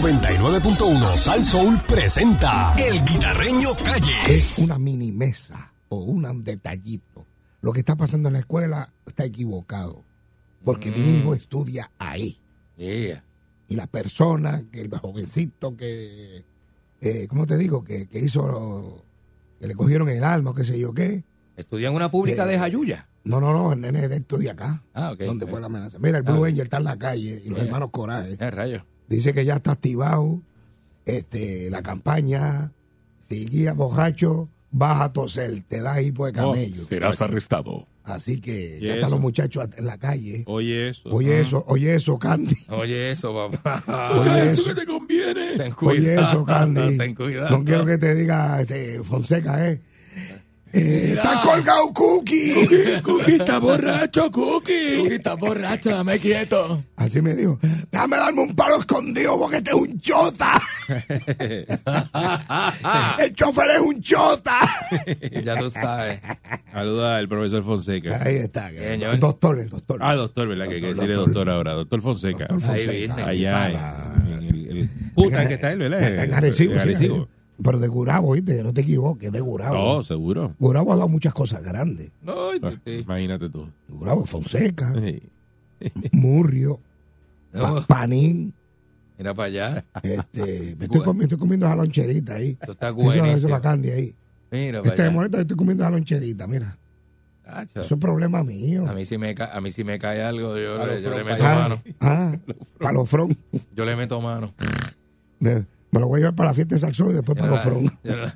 99.1 Sal Soul presenta El Guitarreño Calle. es una mini mesa o un detallito. Lo que está pasando en la escuela está equivocado, porque mi Mm. hijo estudia ahí. Yeah. Y la persona, que el jovencito que, eh, ¿cómo te digo? Que, que hizo, lo- que le cogieron el alma, qué sé yo qué. Estudió en una pública de Jayuya. No, no, no, el nene de esto de acá, Ah, ok. donde Eh, fue la amenaza. Mira, el Blue Angel está en la calle y los Yeah. hermanos Coraje. eh, rayos. Dice que ya está activado este, la campaña. Si guía borracho, vas a toser, te da hipo de Oh, camello. Serás arrestado. Así que ¿Y ya están eso? los muchachos at- en la calle. Oye eso. Ah. Oye eso, oye eso, Candy. Oye eso, papá. Oye eso, te conviene. Ten cuidado. oye eso, Candy. Ten cuidado. No quiero que te diga este, Fonseca, ¿eh? Eh, ¡Está colgado Cookie! Cookie está borracho, Cookie. Estás borracho, dame quieto. Así me dijo, déjame darme un palo escondido porque este es un chota. El chofer es un chota. Ah, Ya tú sabes. Saluda al profesor Fonseca. Ahí está, que- Señor. el doctor, el doctor. Ah, doctor, ¿verdad? que hay que Doctor, decirle Ah, doctor. doctor ahora. Doctor Fonseca. Doctor Ahí Fonseca. viste. Allá en, en el, el- Puta que está él, ¿verdad? Está en Arecibo, En sí, Arecibo. Oh. Pero de Gurabo, ¿viste? Que no te equivoques, de Gurabo. No, seguro. Gurabo ha dado muchas cosas grandes. No, Ah, sí. Imagínate tú. Gurabo, Fonseca, Sí. Murrio, Oh. No, Panín. mira para allá. Este, me estoy Bueno. comiendo, estoy comiendo esa loncherita ahí. Esto está Eso eso es buenísimo. Pues la candy ahí. Mira para Este allá. momento estoy comiendo esa loncherita, mira. Tacho, Eso es problema mío. A mí si me, ca- a mí si me cae algo, yo, A le- los yo le fron- meto para allá. mano. Ah, para los front. Yo le meto mano. De- me lo voy a llevar para la fiesta de Salsón y después para los front. Yo la-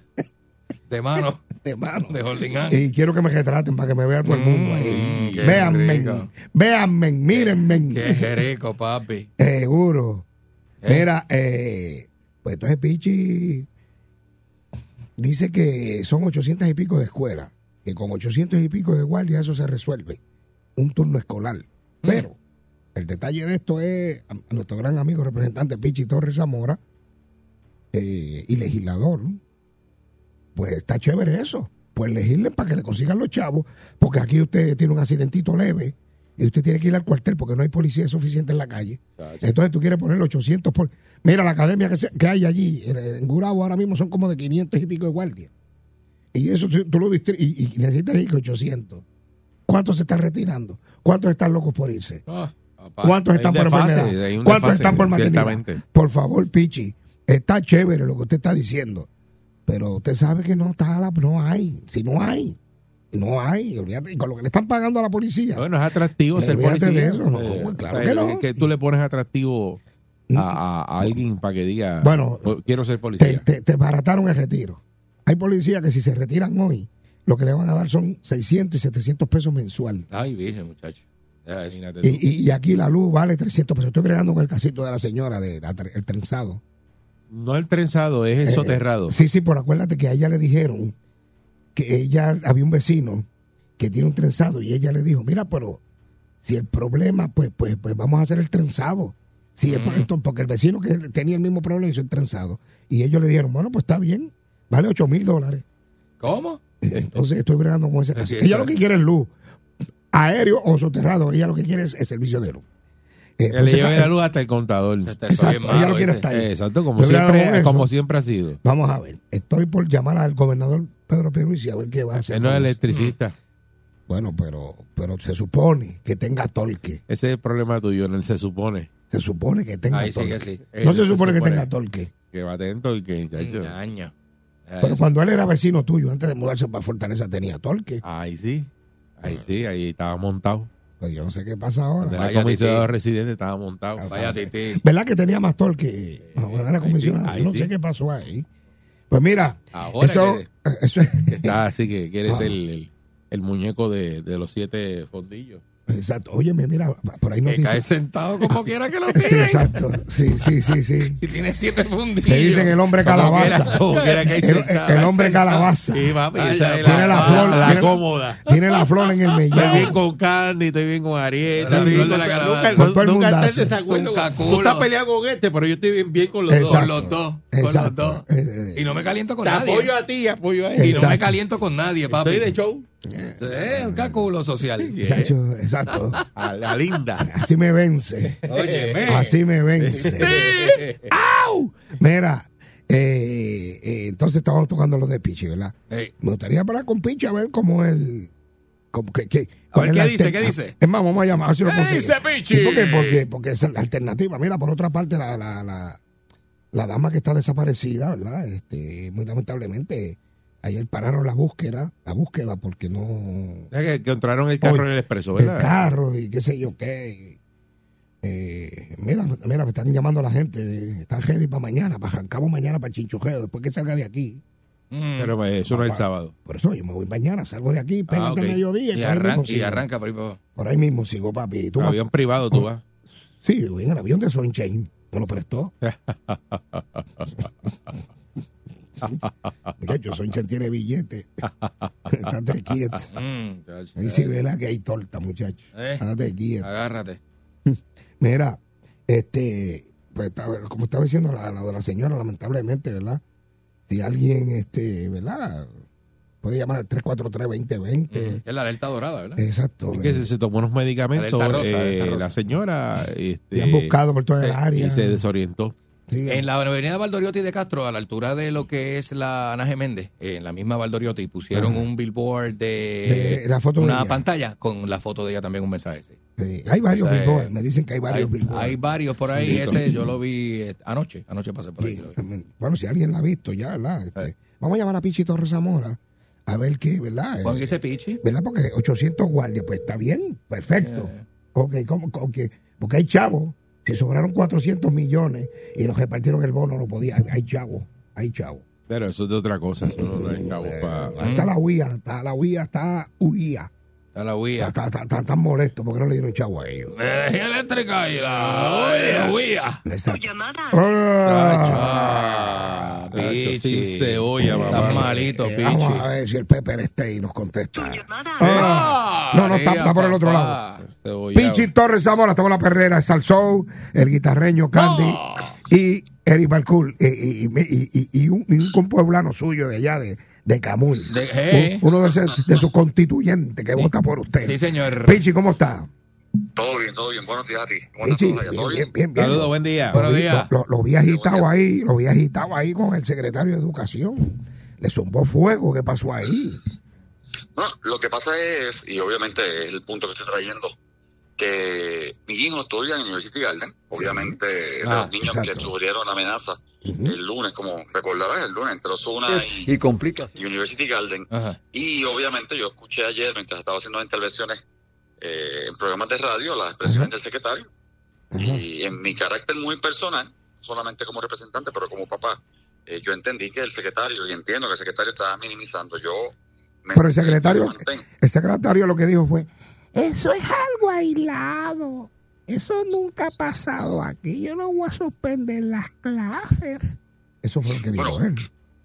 De mano, De mano. de holding hand. Y quiero que me retraten para que me vea todo el mundo ahí. Mm, qué Véanme, rico. véanme, mírenme. Qué rico, papi. Seguro. ¿Eh? Mira, eh, pues entonces Pichi dice que son 800 y pico de escuela, que con 800 y pico de guardias eso se resuelve, un turno escolar. Pero el detalle de esto es a a nuestro gran amigo representante Pichi Torres Zamora eh, y legislador, ¿no? pues está chévere eso. Pues legislen para que le consigan los chavos, porque aquí usted tiene un accidentito leve y usted tiene que ir al cuartel porque no hay policía suficiente en la calle. Entonces tú quieres poner 800 por... Mira, la academia que, se- que hay allí, en, en Gurabo ahora mismo son como de 500 y pico de guardias. Y eso tú, tú lo distri- y, y necesitas ir con 800. ¿Cuántos se están retirando? ¿Cuántos están locos por irse? Ah, papá. ¿Cuántos hay están un por desfase, hay enfermedad? un ¿Cuántos desfase, están por maternidad? ciertamente. Por favor, Pichi, está chévere lo que usted está diciendo, pero usted sabe que no está la- no hay, si no hay, no hay, olvídate, y con lo que le están pagando a la policía. Bueno, es atractivo Pero ser olvídate policía. Eh, de eso, no, claro que no. Mm. es Que tú le pones atractivo a, a- a alguien para que diga, Bueno, "Oh, quiero ser te, policía. te, te barataron el retiro. Hay policías que si se retiran hoy, lo que le van a dar son 600 y 700 pesos mensual. Ay, virgen, muchacho. Ya, es- Imagínate tú. Y, y- y aquí la luz vale 300 pesos. Estoy bregando con el casito de la señora, de la tre- el trenzado. No el trenzado, es el soterrado. Eh, Sí, sí, pero acuérdate que a ella le dijeron que ella, había un vecino que tiene un trenzado y ella le dijo, mira, pero si el problema, pues, pues, pues vamos a hacer el trenzado. Sí, es por esto, porque el vecino que tenía el mismo problema hizo el trenzado. Y ellos le dijeron, bueno, pues está bien, vale 8 mil dólares. ¿Cómo? Entonces estoy bregando con ese Es caso. que Ella eso- lo que quiere es luz, aéreo o soterrado. Ella lo que quiere es el servicio de luz. Eh, Que por le si lleve acaso- la luz hasta el contador. Está- está bien Exacto, ella lo malo, quiere ¿viste? hasta ahí. Eh, Exacto, como Yo creo que siempre, eso- como siempre ha sido. Vamos a ver, estoy por llamar al gobernador Pedro Pierluisi a ver qué va a hacer. Él no es con eso. Mm. electricista. Bueno, pero, pero se supone que tenga torque. Ese es el problema tuyo, en él se supone Se supone que tenga Ahí sí torque. que sí. Eh, No se se supone que supone. tenga torque. que va atento y que... chacho. Un año. Ya, Pero es- cuando él era vecino tuyo, antes de mudarse para Fortaleza, tenía torque. Ahí sí, ahí sí, ahí estaba montado. Pues yo no sé qué pasa ahora. Cuando Vaya, era comisionado tití. residente estaba montado. Vaya tití. ¿Verdad que tenía más torque? Ahora era Eh, ahí sí, comisionado. ahí Yo no sí. sé qué pasó ahí. Pues mira, Ahora eso, que- eso es- Que está así que, que eres Ah. el, el, el muñeco de, de los siete fondillos. Exacto. Óyeme, mira, por ahí nos Que cae dicen. sentado como quiera que lo Sí, tiren. exacto. Sí, sí, sí, sí. Y tiene siete fundillos. Le dicen el hombre calabaza. quiera- como quiera que hay El, sentado, el hay hombre sentado. calabaza. Sí, papi, Ay, esa ya, es tiene la flor, la tiene- cómoda. Tiene la flor en el Estoy bien mellado. con Candy, estoy bien con Ariel. La estoy bien flor de la nunca- calabaza. nunca- Con todo el nunca mundazo. estés desacuerdo. Con Caculo. Tú estás peleado con este, pero yo estoy bien, bien con los Exacto. Con los dos. Con los Exacto. dos. Eh, eh. Y no me caliento con dos. Te nadie. apoyo a ti, apoyo a Y él. no me Exacto. caliento con nadie, papi. Estoy de show. Es un cálculo social. Chacho, exacto. A la linda. Así me vence. Óyeme. Así me vence. ¡Au! Mira, eh, eh, entonces estábamos tocando los de Pichi, ¿verdad? Ey, Me gustaría hablar con Pichi a ver cómo él. Cómo, qué, qué, cuál ver, es ¿qué la dice? alterna- ¿Qué dice? Es más, vamos a llamar a ver si lo ¿Qué conseguimos. dice Pichi? Sí, porque, porque, porque esa es la alternativa. Mira, por otra parte, la, la, la, la dama que está desaparecida, ¿verdad? Este, muy lamentablemente, ayer pararon la búsqueda, la búsqueda porque no. Es que, que encontraron el carro Oye, en el expreso, El ¿verdad? carro y qué sé yo qué. Eh, mira, mira, me están llamando la gente. Están ready para mañana, para arrancamos mañana para Chinchujeo, después que salga de aquí. mm. Pero eh, eso no es el sábado. Por eso yo me voy mañana, salgo de aquí, pégate Ah, ok. al mediodía. pues, Y, por ahí arran- mismo y sigo. arranca pues. por ahí. por- Por ahí mismo sigo, papi. ¿Tú vas- Avión privado tú vas. Sí, voy en el avión de Sonchain. Me lo prestó. Muchachos, Sonchain tiene billete. Estate quieto. Mm, chacho. Ah. Ahí sí, ¿verdad? Que hay torta, muchachos. Eh. Estate quieto. Agárrate. Mira, este, pues estaba- como estaba diciendo la, la de la señora, lamentablemente, ¿verdad? Si alguien, este, ¿verdad? Puede llamar al 343-2020. Mm, Es la alerta dorada, ¿verdad? Exacto. Es que se, se tomó unos medicamentos. Alerta rosa, eh, alerta rosa. la señora. Este, y han buscado por eh, toda el área. Y se desorientó. Sí, En la avenida Valdoriotti de Castro, a la altura de lo que es la Ana G. Méndez, eh, en la misma Valdoriotti, pusieron un billboard de, De la foto de una ella. pantalla con la foto de ella también, un mensaje. sí. sí. Hay varios o sea, billboards. Me dicen que hay Hay, varios billboards. hay varios por ahí, Sí, ese yo lo vi eh, anoche, anoche pasé por ahí. Sí, lo vi. también. bueno, si alguien la ha visto ya, ¿verdad? Este, Ay. Vamos a llamar a Pichi Torres Zamora a ver qué, ¿verdad? Eh, Juan dice Pichi. ¿Verdad? Porque 800 guardias, pues está bien, perfecto. Eh. Ok, ¿cómo? ¿Cómo que? Porque hay chavos que sobraron 400 millones y los repartieron el bono, no podía. Hay chavos, hay chavos. Pero eso es de otra cosa. Eso no, no es cabo pa- Ah. Ahí está la UIA, está la UIA, está UIA. Está la Está, huía. está, está- está tan molesto porque no le dieron chavo a ellos. Energía eléctrica y la huía. Exacto. llamada Ah, Tacho, Pichi. sí se oye, Está mamá. malito, Eh, Pichi. vamos a ver si el Pepper Stay nos contesta. Eh, llamada Ah, no, no, sí, está, está por el otro papá. lado. Se oye, Ah. Pichi Torres Zamora, estamos en la perrera, el Salsou, el guitarreño Candy y Eric Balcool y, y- y- y- y un, y un compueblano suyo de allá, de, de Camul. De- eh. Un- Uno de, ese- de sus constituyentes que vota por usted. Sí, señor. Pichi, ¿cómo está? Todo bien, todo bien. Buenos días a ti. ¿Cómo estás Pichi, todos allá? ¿Todo bien, bien, bien? bien. bien. Saludos, buen día. Buenos Lo vi- días. Lo, lo vi agitado ahí, lo vi agitado ahí con el secretario de Educación. Le zumbó fuego, ¿qué pasó ahí? No, lo que pasa es, y obviamente es el punto que estoy trayendo, que mi hijo estudia en University Garden. Obviamente, es de Ah, los niños exacto. que sufrieron amenaza el lunes, como recordarás, el lunes entre Osuna y, y complica. y University Garden. Ajá. Y obviamente yo escuché ayer, mientras estaba haciendo las intervenciones eh, en programas de radio, las expresiones del secretario. Y en mi carácter muy personal, solamente como representante, pero como papá, eh, yo entendí que el secretario, y entiendo que el secretario estaba minimizando. Yo me- Pero el secretario, me mantengo. el secretario lo que dijo fue, eso es algo aislado, eso nunca ha pasado aquí, yo no voy a suspender las clases. Eso fue lo que dijo Bueno, él.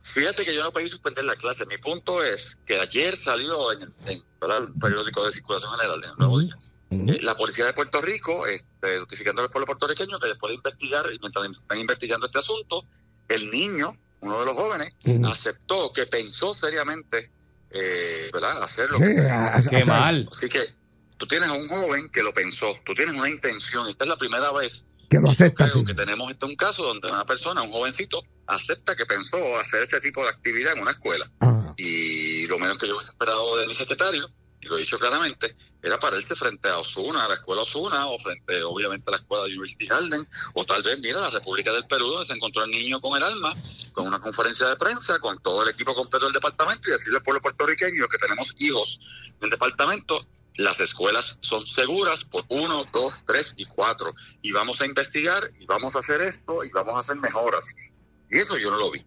Fíjate que yo no pedí suspender la clase. Mi punto es que ayer salió en, en, ¿verdad? el periódico de circulación general, en el Nuevo Día, Ujú. eh, la policía de Puerto Rico, este, notificando al pueblo puertorriqueño que después de investigar, y mientras están investigando este asunto, el niño, uno de los jóvenes, Ujú. aceptó que pensó seriamente eh, ¿verdad? hacer lo que Sí, se a- a- Qué a- mal. Así que tú tienes a un joven que lo pensó, tú tienes una intención. Esta es la primera vez Que lo yo acepta, creo sí. que tenemos este un caso donde una persona, un jovencito, acepta que pensó hacer este tipo de actividad en una escuela. Ah, Y lo menos que yo hubiese esperado de mi secretario, y lo he dicho claramente, era pararse frente a Osuna, a la escuela Osuna, o frente, obviamente, a la escuela de University Garden, o tal vez, mira, la República del Perú, donde se encontró el niño con el alma, con una conferencia de prensa, con todo el equipo completo del departamento, y decirle al pueblo puertorriqueño que tenemos hijos en el departamento, las escuelas son seguras por uno, dos, tres y cuatro. Y vamos a investigar, y vamos a hacer esto, y vamos a hacer mejoras. Y eso yo no lo vi.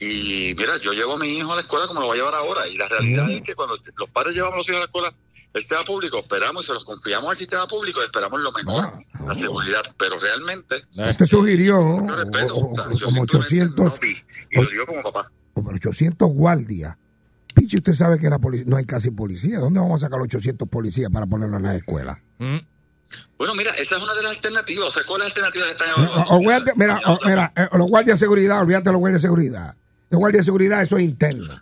Y mira, yo llevo a mi hijo a la escuela como lo voy a llevar ahora. Y la realidad es que cuando los padres llevamos a los hijos a la escuela, el sistema público, esperamos y se los confiamos al sistema público y esperamos lo mejor, Ah, la seguridad. Pero realmente, Usted sugirió Oh, yo respeto, o- o- o sea, yo como simplemente 800, no vi. y lo digo como papá. como 800 guardias. Pichi, usted sabe que la polic- no hay casi policía. ¿Dónde vamos a sacar los 800 policías para ponerlos en las escuelas? Mm. Bueno, mira, esa es una de las alternativas. O sea, ¿cuál es la alternativa que están O- oh, o- o guardia- mira, o- mira, eh, los guardias de seguridad, olvídate de los guardias de seguridad. Los guardias de seguridad, eso es interno.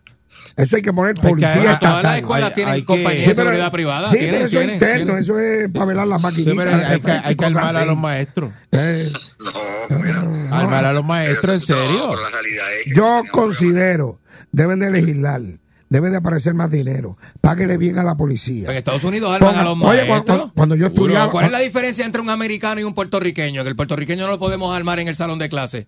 Eso hay que poner que policía agarrar Todas estatal. las escuelas Hay- tienen hay que- compañías Sí, de pero- seguridad privada. Sí, tienen, pero eso es tienen, interno, tienen. eso es para velar las Sí, maquinitas. pero hay, que, hay que cosas armar a así. los maestros. Eh, No, mira. Armar a los Pero- maestros, en no, serio. pero la realidad es que Yo tenemos considero, deben de legislar, debe de aparecer más dinero, páguele bien a la policía. En Estados Unidos arman Ponga- a los Oye, cuando- maestros. cuando- cuando yo Seguro. estudiaba- ¿Cuál es la diferencia entre un americano y un puertorriqueño? Que el puertorriqueño no lo podemos armar en el salón de clase.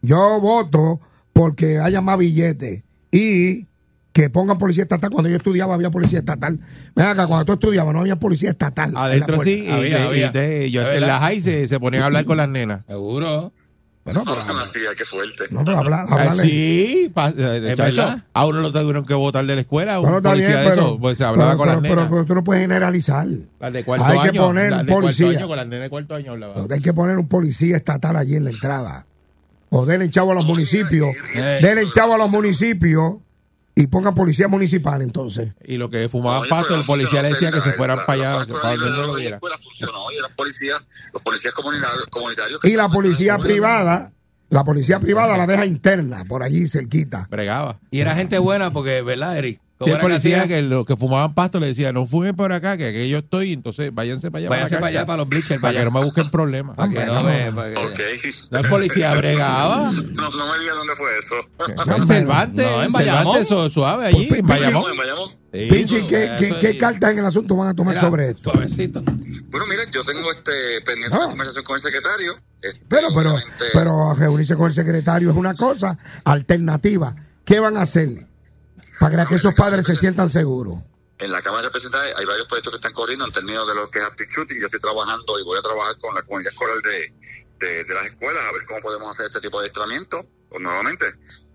Yo voto porque haya más billetes y que pongan policía estatal. Cuando yo estudiaba había policía estatal. Ven acá, cuando tú estudiabas no había policía estatal. en la Adentro puerta. sí. y- Había, y- había. y te- yo- Es en verdad. la high se, se ponían a hablar con las nenas. Seguro. Pero, problemas. pero, Ah, tía, qué fuerte. no, pero hablar, Ah, hablarle- sí, pa- eh, Es chacho, verdad. a uno lo tuvieron que votar de la escuela, un Bueno, está policía bien, de pero- eso, pues se hablaba pero- con pero- las nenas. pero- pero tú no puedes generalizar. las de cuarto hay que año, poner las de cuarto policía. año, con las nenas de cuarto año hablaba. Hay que poner un policía estatal allí en la entrada. O denle chavo a los municipios. Eh. Denle chavo a los municipios y pongan policía municipal entonces. Y lo que fumaban Oye, pasto, pero el policía le decía que se la- fueran la- para la- allá, la- para la- donde no la- lo la viera. escuela funcionó, y las policías- los policías comunidad- comunitarios que Y la estaban- policía privada, la policía privada la deja interna, por allí cerquita. Bregaba. Y era gente buena porque, ¿verdad, Eric? Sí, Como el era que policía hacía- que los que fumaban pasto le decía, no fumen por acá, que aquí yo estoy, entonces váyanse para allá. Váyase la para allá, cancha, para los bleachers, para para que no allá. me busquen problemas. Para que no me... para que- Ok. No, el policía bregaba. No, no me digas dónde fue eso. No, en Cervantes, No, en en Bayamón. Cervantes, su- suave allí, Pues, en pinche- Bayamón. En Bayamón. Sí. Pinchi, ¿qué, eso qué, y- qué cartas en el asunto van a tomar Mira, sobre esto? Suavecito. Bueno, mira, yo tengo este pendiente Ah. de conversación con el secretario. Este, Pero, pero, obviamente, pero reunirse con el secretario es una cosa alternativa. ¿Qué van a hacer para que esos padres se sientan seguros? En la Cámara de Representantes hay varios proyectos que están corriendo en términos de lo que es active shooting. Yo estoy trabajando y voy a trabajar con la comunidad escolar de, de, de las escuelas a ver cómo podemos hacer este tipo de adiestramiento. Pues, nuevamente,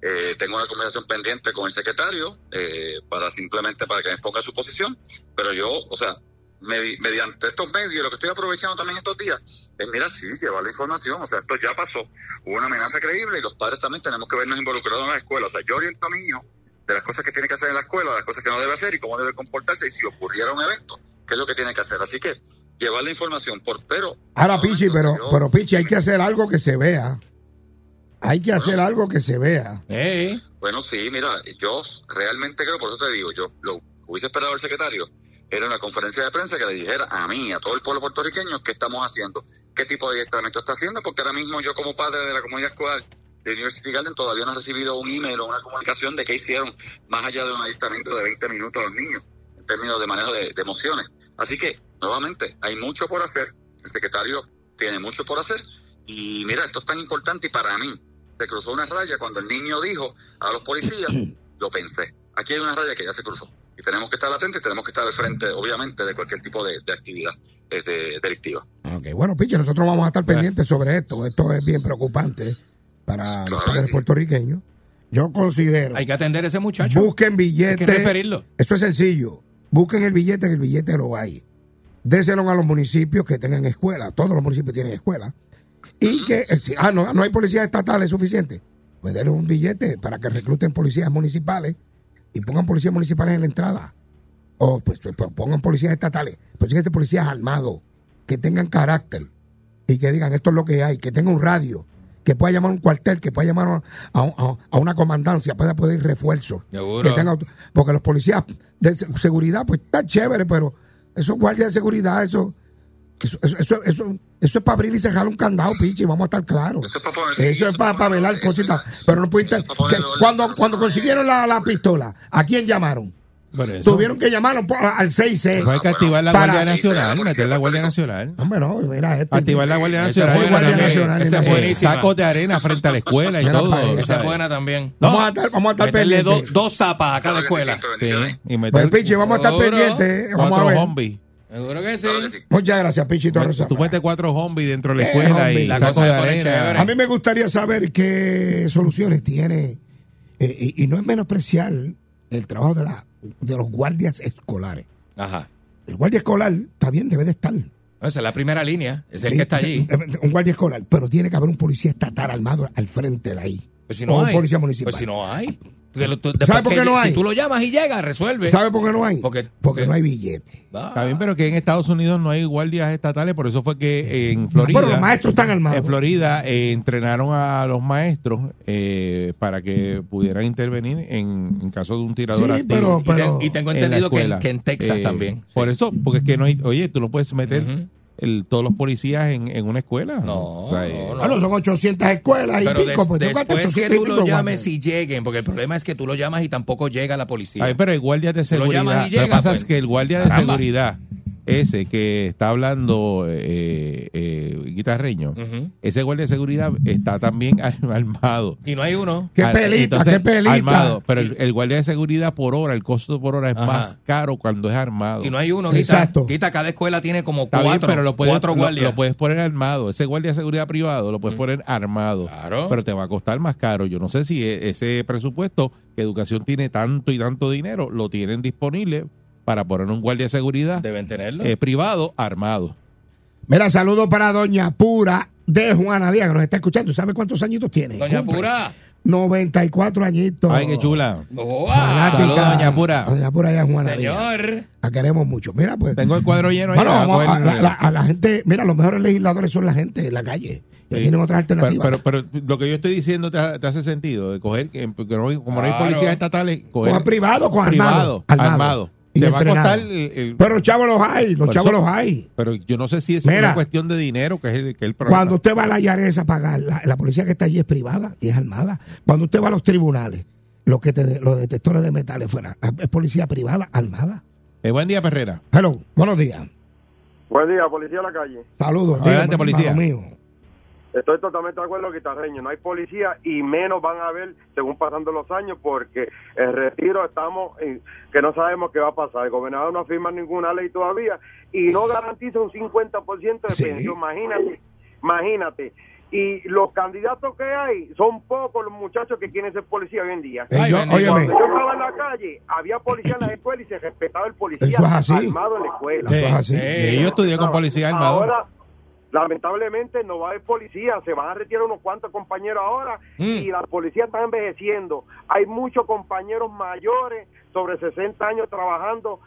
eh, tengo una conversación pendiente con el secretario eh, para simplemente para que me ponga su posición. Pero yo, o sea, medi- mediante estos medios, lo que estoy aprovechando también estos días es, mira, sí, llevar la información. O sea, esto ya pasó. Hubo una amenaza creíble y los padres también tenemos que vernos involucrados en las escuelas. O sea, yo oriento a mi hijo de las cosas que tiene que hacer en la escuela, de las cosas que no debe hacer y cómo debe comportarse y si ocurriera un evento, qué es lo que tiene que hacer. Así que llevar la información por pero. Ahora, Pichi, pero, Yo- pero Pichi, hay que hacer algo que se vea. Hay que hacer algo que se vea. Ey, Bueno, sí, mira, yo realmente creo, por eso te digo, yo lo que hubiese esperado el secretario era una conferencia de prensa que le dijera a mí, a todo el pueblo puertorriqueño, qué estamos haciendo, qué tipo de adiestramiento está haciendo, porque ahora mismo yo como padre de la comunidad escolar de University Garden todavía no he recibido un email o una comunicación de qué hicieron más allá de un adiestramiento de 20 minutos a los niños, en términos de manejo de, de emociones. Así que, nuevamente, hay mucho por hacer, el secretario tiene mucho por hacer, y mira, esto es tan importante y para mí, se cruzó una raya cuando el niño dijo a los policías, lo pensé. Aquí hay una raya que ya se cruzó. Y tenemos que estar atentos y tenemos que estar al frente, obviamente, de cualquier tipo de, de actividad este, delictiva. Ok, bueno, Pichi, nosotros vamos a estar pendientes sobre esto. Esto es bien preocupante para los Claro que padres sí. puertorriqueños. Yo considero, hay que atender a ese muchacho. busquen hay que billetes. referirlo. Eso es sencillo. Busquen el billete, que el billete lo hay. Déselo a los municipios que tengan escuela. Todos los municipios tienen escuela. Y que, eh, si- ah, no, no hay policías estatales suficientes. Pues denle un billete para que recluten policías municipales y pongan policías municipales en la entrada. O pues, pues, pues, pongan policías estatales. Pues fíjate, policías armados, que tengan carácter y que digan esto es lo que hay, que tenga un radio, que pueda llamar a un cuartel, que pueda llamar a, a- a una comandancia, pueda poder ir refuerzo. Seguro. Que tenga auto- porque los policías de se- seguridad, pues está chévere, pero esos guardias de seguridad, eso, eso, eso, eso, eso- eso es para abrir y cerrar un candado, pichi, vamos a estar claros. Eso es para poner- Eso es para, para velar eso es- cositas. Pero no puede eso es estar- para poner que- orden, cuando, pero cuando eso no es- consiguieron la, la pistola, ¿a quién llamaron? Pero eso- Tuvieron que llamar a- al 6C. Eso hay que activar la Para- Guardia Sí, será la Nacional, Policía meter la Guardia Puerto Nacional. Hombre, no, este. mira esto. Activar la Guardia Esa Nacional. buena y ponerle, también, esa eh, es buenísima. Sacos de arena frente a la escuela y Mira todo. para allá. ¿sabes? Esa es buena también. Vamos a estar, vamos a estar Meterle pendientes. dos dos zapas a cada Claro que sí, escuela. siento Sí, bendiciones. y Pues, meter Pichi, vamos a estar Seguro. pendientes. Vamos a cuatro ver. zombies. Seguro que sí. Claro que sí. Muchas gracias, Pichi Torres. Tú Zambrano. metes cuatro zombies dentro de la Eh, escuela zombies. y La sacos cosa de se pone chévere. arena. A mí me gustaría saber qué soluciones tiene, eh, y, y no es menospreciar el trabajo de, la, de los guardias escolares. Ajá. El guardia escolar también debe de estar. Esa es la primera línea. Es el Sí, que está allí. de- de- Un guardia escolar, pero tiene que haber un policía estatal armado al frente de ahí. Pues si o no un hay. policía municipal. Pues si no hay. que lo- tú- ¿Sabe después por que qué no lle- hay? Si tú lo llamas y llega, resuelve. ¿Sabe por qué no hay? Porque- Porque no hay billete. Va. Está bien, pero que en Estados Unidos no hay guardias estatales, por eso fue que eh, en Florida. Bueno, los maestros están armados. En Florida eh, entrenaron a los maestros eh, para que pudieran intervenir en, en caso de un tirador Sí, activo pero- en Y, te- pero- y pues, tengo la entendido que, en, escuela. que en Texas Eh, también. Por eso, porque es que no hay. Oye, tú no puedes meter Ujú. el- todos los policías en, en una escuela. No, eh, no, no. Ah, no, son 800 escuelas y Pero pico. des- pues yo gasto después que 800 y tú lo pico, llames guarda. y lleguen, porque el problema es que tú lo llamas y tampoco llega la policía. A ver, pero el guardia de lo seguridad. Lo, llamas y que llega, pasa pues. es que el guardia de Caramba. seguridad, ese que está hablando eh, eh, guitarreño, Ujú. ese guardia de seguridad está también armado. Y no hay uno. ¡Qué Al- pelita, entonces, qué pelita! Armado, pero el, el guardia de seguridad por hora, el costo por hora es Ajá. más caro cuando es armado. Y no hay uno. Quita, Exacto. quita, cada escuela tiene como Está cuatro, bien, pero lo puedes, cuatro lo- guardias. Lo, puedes poner armado. Ese guardia de seguridad privado lo puedes poner armado. Claro. Pero te va a costar más caro. Yo no sé si e- ese presupuesto que educación tiene tanto y tanto dinero, lo tienen disponible para poner un guardia de seguridad Deben tenerlo. eh, privado armado. Mira, saludos para Doña Pura de Juana Díaz, que nos está escuchando. ¿Sabe cuántos añitos tiene? Doña Cumple. Pura. 94 añitos. Ay, qué chula. Boa. Fanática. Saludos, Doña Pura. Doña Pura de Juana Díaz. ah, Señor. La queremos mucho. Mira, pues. Tengo el cuadro lleno ahí. Bueno, voy a vamos a, coger- la, la- a la gente, mira, los mejores legisladores son la gente en la calle. Que Sí. tienen otras alternativas. pero, pero, pues, pero lo que yo estoy diciendo te, ha- te hace sentido. De coger, que- porque no hay- como no Claro. hay policías estatales, coger con privado, con privado, armado. armado. Y Te va a entrenado. costar el- el- Pero chavos los hay, los Por chavos eso- los hay. Pero yo no sé si es Mira. una cuestión de dinero, que es el, que es el problema. Cuando usted va a la Yaresa a pagar, la, la policía que está allí es privada y es armada. Cuando usted va a los tribunales, los que te- los detectores de metales fuera, la- es policía privada, armada. Eh, buen día, Perrera. Hello, buenos días. Buen día, policía de la calle. Saludos. Adelante, policía. hermano mío. Estoy totalmente de acuerdo, guitarreño. No hay policía y menos van a haber según pasando los años porque el retiro estamos en- que no sabemos qué va a pasar. El gobernador no firma ninguna ley todavía y no garantiza un 50% de Sí. pensión. Imagínate, imagínate. Y los candidatos que hay son pocos los muchachos que quieren ser policía hoy en día. Eh, Ay, yo- bendito. óyeme, Cuando yo estaba en la calle, había policía en las escuelas y se respetaba el policía Eso es así. armado en la escuela. eso es así. eh, Eh, yo estudié con policía armado. Ahora, lamentablemente, no va a haber policía. Se van a retirar unos cuantos compañeros ahora Mm. y la policía está envejeciendo. Hay muchos compañeros mayores, sobre 60 años, trabajando.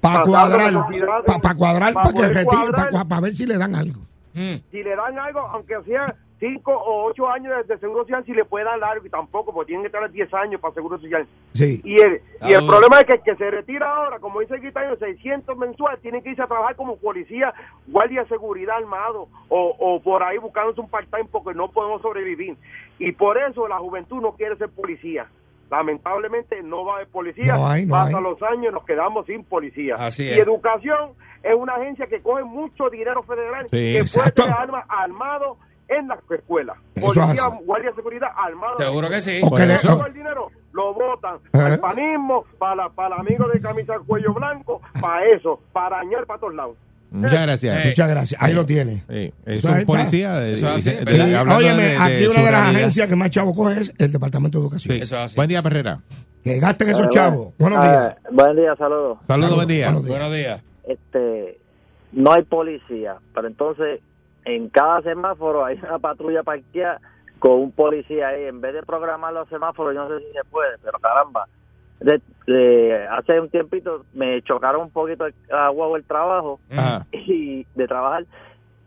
para pasando cuadrar, velocidades, para cuadrar, pa' para que poder retire, cuadrar. para ver si le dan algo. Mm. Si le dan algo, aunque sea 5 o 8 años de seguro social, si le puede dar algo, y tampoco, porque tienen que tener 10 años para seguro social. Sí. Y el, y Ah, el bueno. problema es que el que se retira ahora, como dice el guitarrero, 600 mensuales, tiene que irse a trabajar como policía, guardia de seguridad armado o, o por ahí buscándose un part-time porque no podemos sobrevivir. Y por eso la juventud no quiere ser policía. Lamentablemente no va a haber policía, No hay, no pasan hay. los años nos quedamos sin policía. Así y es. educación es una agencia que coge mucho dinero federal Sí, que exacto. puede armas armado en las escuelas. Eso es Policía, así. guardia de seguridad armado. Seguro que sí. O que le- Pero o- todo el dinero lo votan ¿Eh? Ajá. al panismo, para, para amigos de camisa cuello blanco, para eso, para dañar para todos lados. Muchas gracias. Eh. Muchas gracias. Ahí lo tiene. Eh, es Eso ahí un está. policía. de- Eso es así, de- ¿verdad? de- hablando Óyeme, de- de aquí una su de las realidad. agencias que más chavo coge es el Departamento de Educación. Sí. Eso es así. Buen día, Perrera. Que gasten esos Ah, chavos. Buenos ah, Este días. Buen día, saludos. Saludos, Saludos, buen día. buenos Buenos días. Este, no hay policía, pero entonces en cada semáforo hay una patrulla parqueada con un policía ahí. En vez de programar los semáforos, yo no sé si se puede, pero caramba. De- de- hace un tiempito me chocaron un poquito el- a guagua el trabajo Ajá. y de trabajar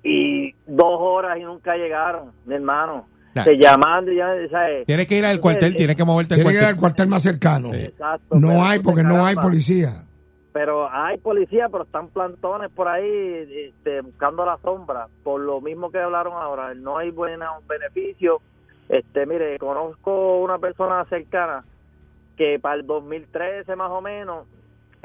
y dos horas y nunca llegaron, mi hermano. Nah. Se llamando y ya, ¿sabes? Tienes que ir al cuartel, Entonces, tienes que moverte al Tiene que ir al cuartel. cuartel más cercano. Exacto, pero No hay, porque no hay caramba. policía. pero hay policía, pero están plantones por ahí este, buscando la sombra, por lo mismo que hablaron ahora, no hay buenos beneficios. Este, mire, conozco una persona cercana que para el 2013 más o menos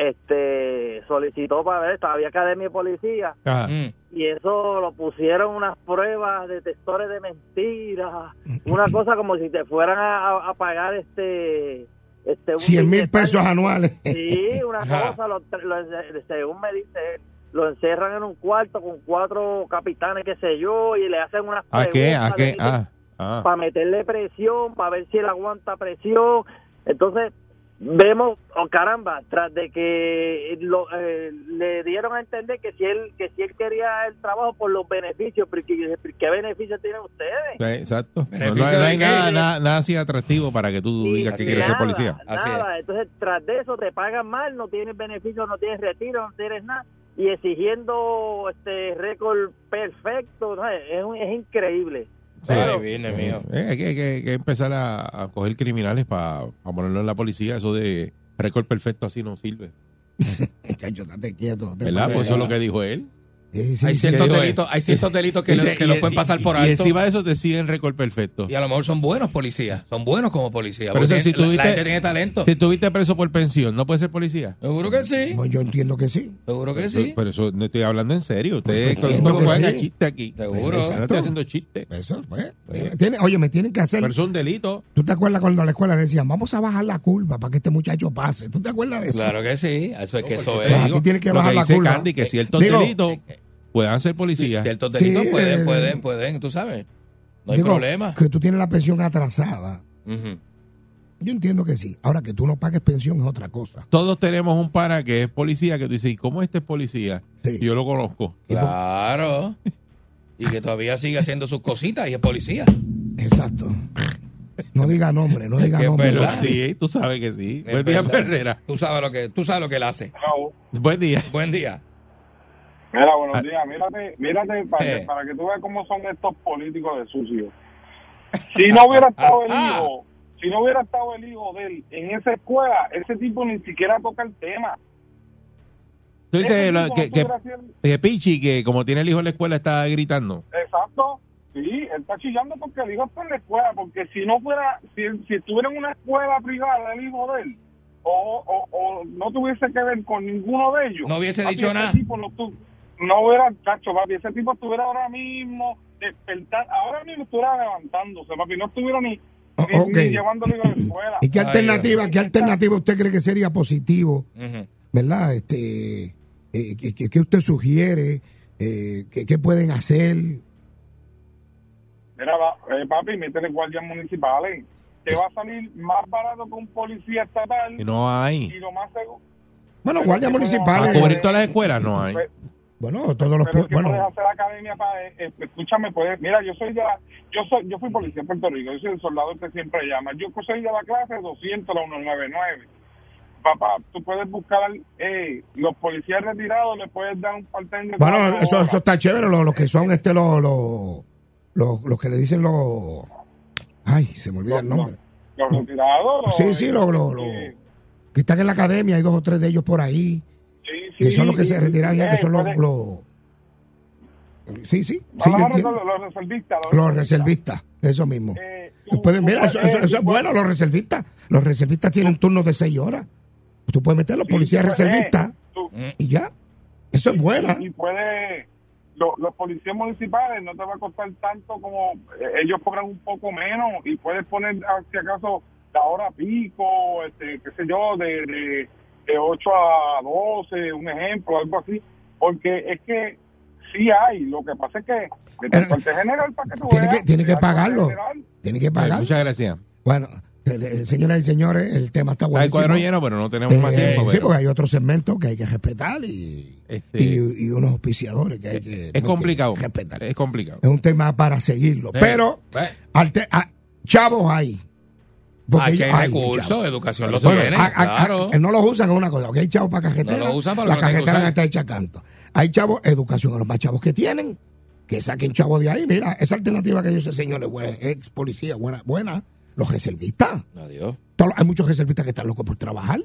este solicitó para ver, estaba- había academia de policía ah. Ajá. Mm. y eso lo pusieron unas pruebas detectores de mentiras, una cosa como si te fueran a, a- a pagar este este un 100 mil billetazo. pesos anuales. Sí, una Ajá. cosa, lo- lo- según me dice él, lo encerran en un cuarto con cuatro capitanes, qué sé yo, y le hacen unas ¿A qué? ¿A preguntas qué? de- Ah, ah. para meterle presión, para ver si él aguanta presión. Entonces, vemos, oh, caramba, tras de que lo, eh, le dieron a entender que si él que si él quería el trabajo por los beneficios, porque, ¿qué beneficios tienen ustedes? Sí, Exacto. No, no, Beneficio no hay de que- nada, nada, nada así atractivo para que tú Sí, digas que así quieres ser nada, policía. Así nada. Entonces, tras de eso, te pagan mal, no tienes beneficios, no tienes retiro, no tienes nada. Y exigiendo este récord perfecto, ¿no? es, un- es increíble. Pero- Ay, viene, mío. Eh, hay, que, hay que- hay que empezar a, a coger criminales para ponerlo en la policía. Eso de récord perfecto así no sirve. Chacho, estate quieto. no te ¿Verdad? pares. Pues eso es lo que dijo él. Sí, sí, hay sí. ciertos digo, eh, delitos, hay ciertos delitos que, lo- Dice, que y- los pueden pasar por y- alto. Y Y, encima de eso te siguen récord perfecto. a lo mejor son buenos policías, son buenos como policías. Pero porque eso, si tienen- la, tuviste- la gente tiene talento. Si estuviste preso por pensión, ¿no puedes ser policía? Seguro que sí, Pues yo entiendo que sí. seguro que sí. Pero eso no estoy hablando en serio. Ustedes Pues con entiendo que juegan sí. Pues chiste aquí. Seguro. No estoy haciendo chiste. Eso fue. Tiene- oye, me tienen que hacer. Pero es un delito. ¿Tú te acuerdas cuando a la escuela decían, vamos a bajar la curva para que este muchacho pase? ¿Tú te acuerdas de pues, eso? Pues Claro que sí, eso es que eso Te es. eh, aquí digo, tiene que lo bajar la dice curva. Eh, Candy, que ciertos Digo- delitos puedan ser policías. Ciertos Sí, delitos pueden, eh, el- pueden, pueden, tú sabes. No hay Digo, problema. Que tú tienes la pensión atrasada. Ujú. Yo entiendo que sí. Ahora que tú no pagues pensión es otra cosa. Todos tenemos un pana que es policía que tú dices, ¿y cómo este es policía? Sí. Yo lo conozco. Claro. Y que todavía sigue haciendo sus cositas y es policía. Exacto. No diga nombre, no diga que es nombre. Pero ¿Verdad? sí, tú sabes que sí. Es Buen día, verdad. Herrera. Tú sabes lo que, tú sabes lo que él hace. Buen día. Buen día. Mira, buenos Ah. días. Mírate, mírate para, que- Eh. para que tú veas cómo son estos políticos de sucio. Si no hubiera estado el Ah. hijo, si no hubiera estado el hijo de él en esa escuela, ese tipo ni siquiera toca el tema. Tú Ese dices tipo lo- no que, que, estuviera haciendo- que Pichi, que como tiene el hijo en la escuela, está gritando. Exacto. Sí, él está chillando porque el hijo está en la escuela, porque si no fuera, si, si estuviera en una escuela privada el hijo de él, o, o- o no tuviese que ver con ninguno de ellos. No hubiese papi, dicho ese nada. tipo no, tu- no hubiera, cacho, papi, ese tipo estuviera ahora mismo, despertar, ahora mismo estuviera levantándose, papi, no estuviera ni, Oh, ni, Ok. ni llevándolo a la escuela. ¿Y qué Ay, alternativa, Dios. qué alternativa usted cree que sería positivo? Ujú. ¿Verdad? Este, eh, ¿qué- ¿qué, qué usted sugiere? Eh, ¿qué, qué pueden hacer? Mira, va- eh, papi, métele guardias municipales. Te va a salir más barato que un policía estatal Y no hay. y lo más seguro. Bueno, Pero guardias que no- Para Ah, cubrir Vale. municipales. todas las escuelas, no hay. Pues, Bueno, todos los. pero es pu- que puedes Bueno, hacer academia para eh, eh, escúchame pues mira yo soy de la, yo soy yo fui policía en Puerto Rico yo soy el soldado que siempre llama yo soy de la clase 200 la 199 papá tú puedes buscar eh, los policías retirados le puedes dar un parte de bueno cuatro eso, horas. eso está chévere. Los, los que son este, los, los, los, los que le dicen los. Ay, se me olvida el Los- nombre. los retirados los- Sí, sí, los los- los eh, que están en la academia, hay dos o tres de ellos por ahí, sí, que sí, son los que sí, se retiran ya, eh, que son los... puedes- los- Sí, sí, sí, vamos yo a entiendo. resolver los reservistas Los reservistas, eso mismo. Eh, tú- Después de- tú mira, eso, puedes- eso- eso es eh, tú puedes- bueno, los reservistas. Los reservistas tienen turnos de seis horas. Tú puedes meter los sí, policías tú puedes- eh, reservistas tú- y ya. Eso es buena. Y puede, lo- los policías municipales no te va a costar tanto como eh, ellos cobran un poco menos y puedes poner, ah, si acaso, la hora pico, este, qué sé yo, de, de, de 8 a 12, un ejemplo, algo así. Porque es que sí hay, lo que pasa es que Pero- de parte general para que tú Tiene veas, que, tiene que de parte pagarlo. general, Tiene que Bueno, pagar. muchas gracias. Bueno, eh, eh, señoras y señores, el tema está Está el buenísimo. cuadro lleno, pero no tenemos más Eh, tiempo. sí, pero porque hay otros segmentos que hay que respetar y, Este- y, eh, y unos auspiciadores que hay que es complicado. respetar. Es complicado. Es un tema para seguirlo. Sí. Pero Ve, alte- a- chavos hay. Porque Aquí ellos- hay hay recursos, chavos. educación lo Bueno, tiene, a- a- a- claro. no los usan es una cosa. Porque hay chavos para cajetera. No los usan para la lo que no hay que cajetera usar. está hecha canto. Hay chavos, educación a los más chavos que tienen. Que saquen chavos de ahí. Mira, esa alternativa que dice señores, buena, ex policía, buena, buena. Los reservistas. Adiós. Todos los- hay muchos reservistas que están locos por trabajar.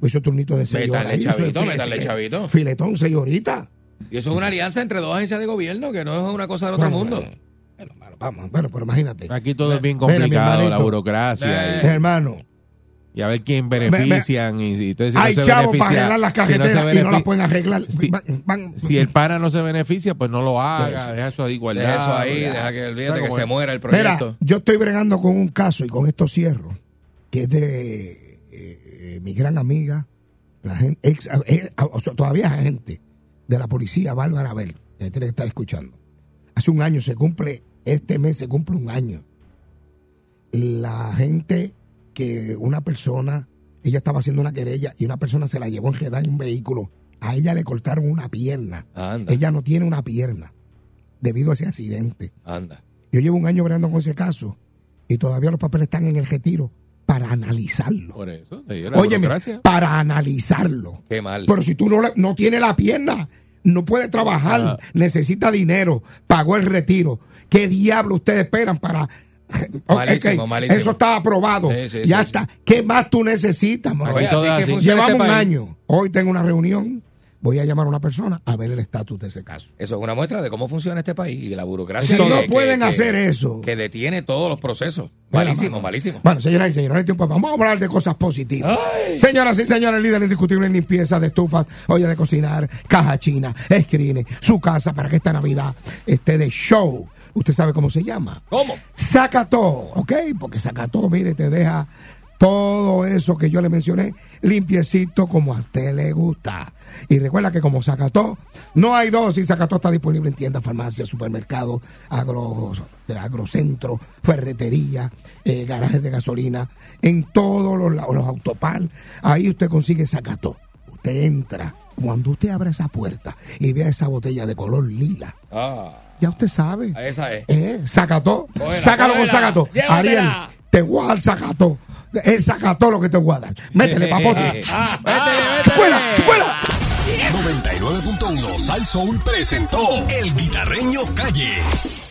Pues Esos turnitos de seis Métale, horas. ahí, eso es chavito, file- métale, file- chavito. Filetón, seis horitas. Y eso es una alianza entre dos agencias de gobierno que no es una cosa del otro Bueno, mundo. bueno, Bueno, mano, vamos, bueno, pero imagínate. Aquí todo es bien Mira, mi complicado, la hermanito. Eh, burocracia. y- Hermano, Y a ver quién benefician. y si, entonces, si no hay se chavos beneficia- para arreglar las si no se cajeteras y no beneficia- las pueden arreglar. si- Van- van- Si el pana no se beneficia, pues no lo Eso. haga. Deja eso ahí guardado. Deja eso ahí, ya. deja que ¿Sabes olvídate que cómo se es? muera el Mira, proyecto. yo estoy bregando con un caso y con esto cierro, que es de eh, eh, mi gran amiga, la gen- ex- eh, o sea, todavía es agente de la policía, Bárbara Abel, que tiene que estar escuchando. Hace un año se cumple, este mes se cumple un año. La gente que una persona Ella estaba haciendo una querella y una persona se la llevó en en un vehículo. A ella le cortaron una pierna. Anda, Ella no tiene una pierna debido a ese accidente. anda. Yo llevo un año operando con ese caso y todavía los papeles están en el retiro para analizarlo. Por eso, te digo la Oye, burocracia. para analizarlo. Qué mal. Pero si tú no, le- no tienes la pierna, no puede trabajar, Ah. necesita dinero, pagó el retiro. ¿Qué diablo ustedes esperan para... Ok, Malísimo, malísimo. Eso está aprobado. Sí, sí, ya sí, está. ¿Qué más tú necesitas, mano? Oye, Aquí todo así es que así. funciona Llevamos este un país. año. Hoy tengo una reunión. Voy a llamar a una persona a ver el estatus de ese caso. Eso es una muestra de cómo funciona este país y la burocracia. Si que- no que- pueden que- hacer eso. Que detiene todos los procesos. Mira, Malísimo, mano. malísimo. Bueno, señoras y señores, este no hay tiempo. Vamos a hablar de cosas positivas. Señoras y señores, líder indiscutible en limpieza de estufas, olla de cocinar, caja china, screen, su casa para que esta Navidad esté de show. Usted sabe cómo se llama. ¿Cómo? Saca todo, ¿ok? Porque saca todo, mire, te deja todo eso que yo le mencioné limpiecito como a usted le gusta. Y recuerda que como saca todo, no hay dos y saca todo está disponible en tiendas, farmacias, supermercados, agro, agrocentro, ferretería, eh, garajes de gasolina, en todos los, lados, los autopal. Ahí usted consigue saca todo. Usted entra, cuando usted abre esa puerta y vea esa botella de color lila, Ah, ya usted sabe. esa es. Eh, sacató. Cógela, Sácalo con cógela, sacató. llévatela. Ariel, te voy a dar sacató. Es sacató lo que te voy a dar. Métele, papote. Ah, ¡Chucuela! ¡Chucuela! 99.1 Sal Soul presentó El Guitarreño Calle.